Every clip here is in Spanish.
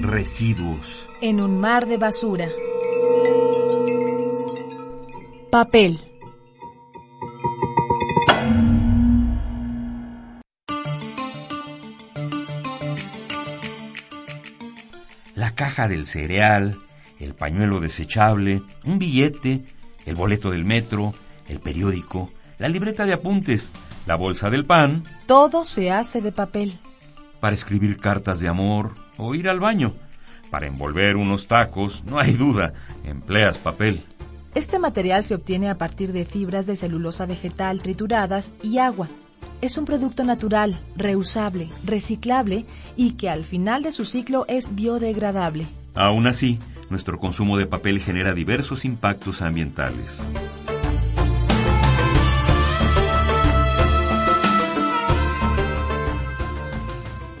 Residuos. En un mar de basura. Papel. La caja del cereal, el pañuelo desechable, un billete, el boleto del metro, el periódico, la libreta de apuntes, la bolsa del pan, Todo se hace de papel. para escribir cartas de amor o ir al baño. Para envolver unos tacos, no hay duda, empleas papel. Este material se obtiene a partir de fibras de celulosa vegetal trituradas y agua. Es un producto natural, reusable, reciclable y que al final de su ciclo es biodegradable. Aún así, nuestro consumo de papel genera diversos impactos ambientales.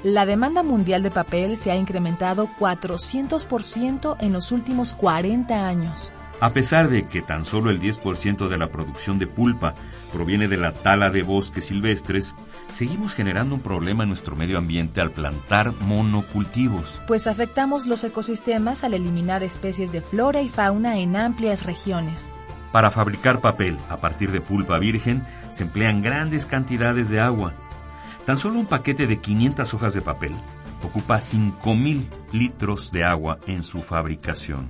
La demanda mundial de papel se ha incrementado 400% en los últimos 40 años. A pesar de que tan solo el 10% de la producción de pulpa proviene de la tala de bosques silvestres, seguimos generando un problema en nuestro medio ambiente al plantar monocultivos. pues afectamos los ecosistemas al eliminar especies de flora y fauna en amplias regiones. Para fabricar papel a partir de pulpa virgen se emplean grandes cantidades de agua. Tan solo un paquete de 500 hojas de papel ocupa 5.000 litros de agua en su fabricación.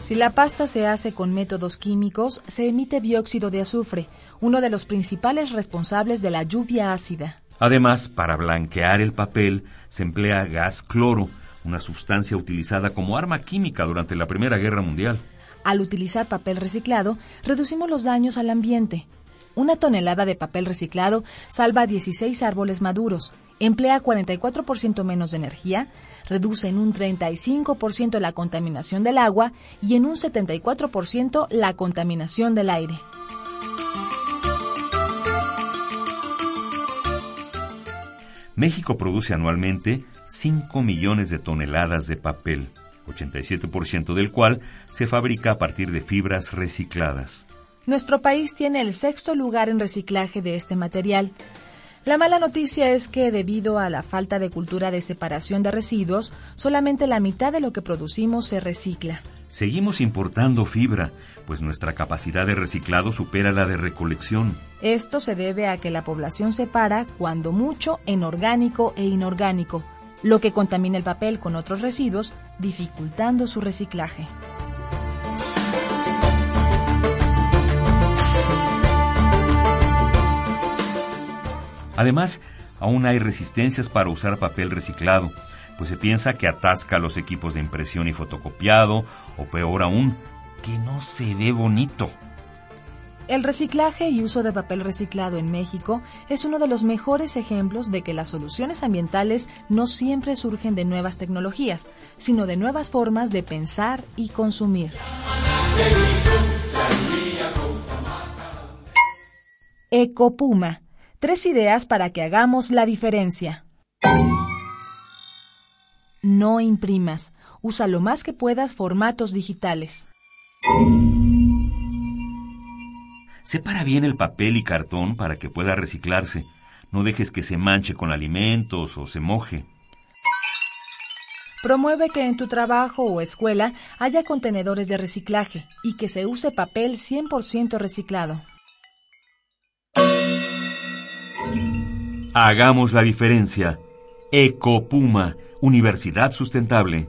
Si la pasta se hace con métodos químicos, se emite dióxido de azufre, uno de los principales responsables de la lluvia ácida. Además, para blanquear el papel se emplea gas cloro, una sustancia utilizada como arma química durante la Primera Guerra Mundial. Al utilizar papel reciclado, reducimos los daños al ambiente. Una tonelada de papel reciclado salva 16 árboles maduros, emplea 44% menos de energía, reduce en un 35% la contaminación del agua y en un 74% la contaminación del aire. México produce anualmente 5 millones de toneladas de papel, 87% del cual se fabrica a partir de fibras recicladas. Nuestro país tiene el sexto lugar en reciclaje de este material. La mala noticia es que debido a la falta de cultura de separación de residuos, solamente la mitad de lo que producimos se recicla. Seguimos importando fibra, pues nuestra capacidad de reciclado supera la de recolección. Esto se debe a que la población separa, cuando mucho, en orgánico e inorgánico, lo que contamina el papel con otros residuos, dificultando su reciclaje. Además, aún hay resistencias para usar papel reciclado, pues se piensa que atasca los equipos de impresión y fotocopiado, o peor aún, que no se ve bonito. El reciclaje y uso de papel reciclado en México es uno de los mejores ejemplos de que las soluciones ambientales no siempre surgen de nuevas tecnologías, sino de nuevas formas de pensar y consumir. Ecopuma. Tres ideas para que hagamos la diferencia. No imprimas. Usa lo más que puedas formatos digitales. Separa bien el papel y cartón para que pueda reciclarse. No dejes que se manche con alimentos o se moje. Promueve que en tu trabajo o escuela haya contenedores de reciclaje y que se use papel 100% reciclado. Hagamos la diferencia. Ecopuma, Universidad Sustentable.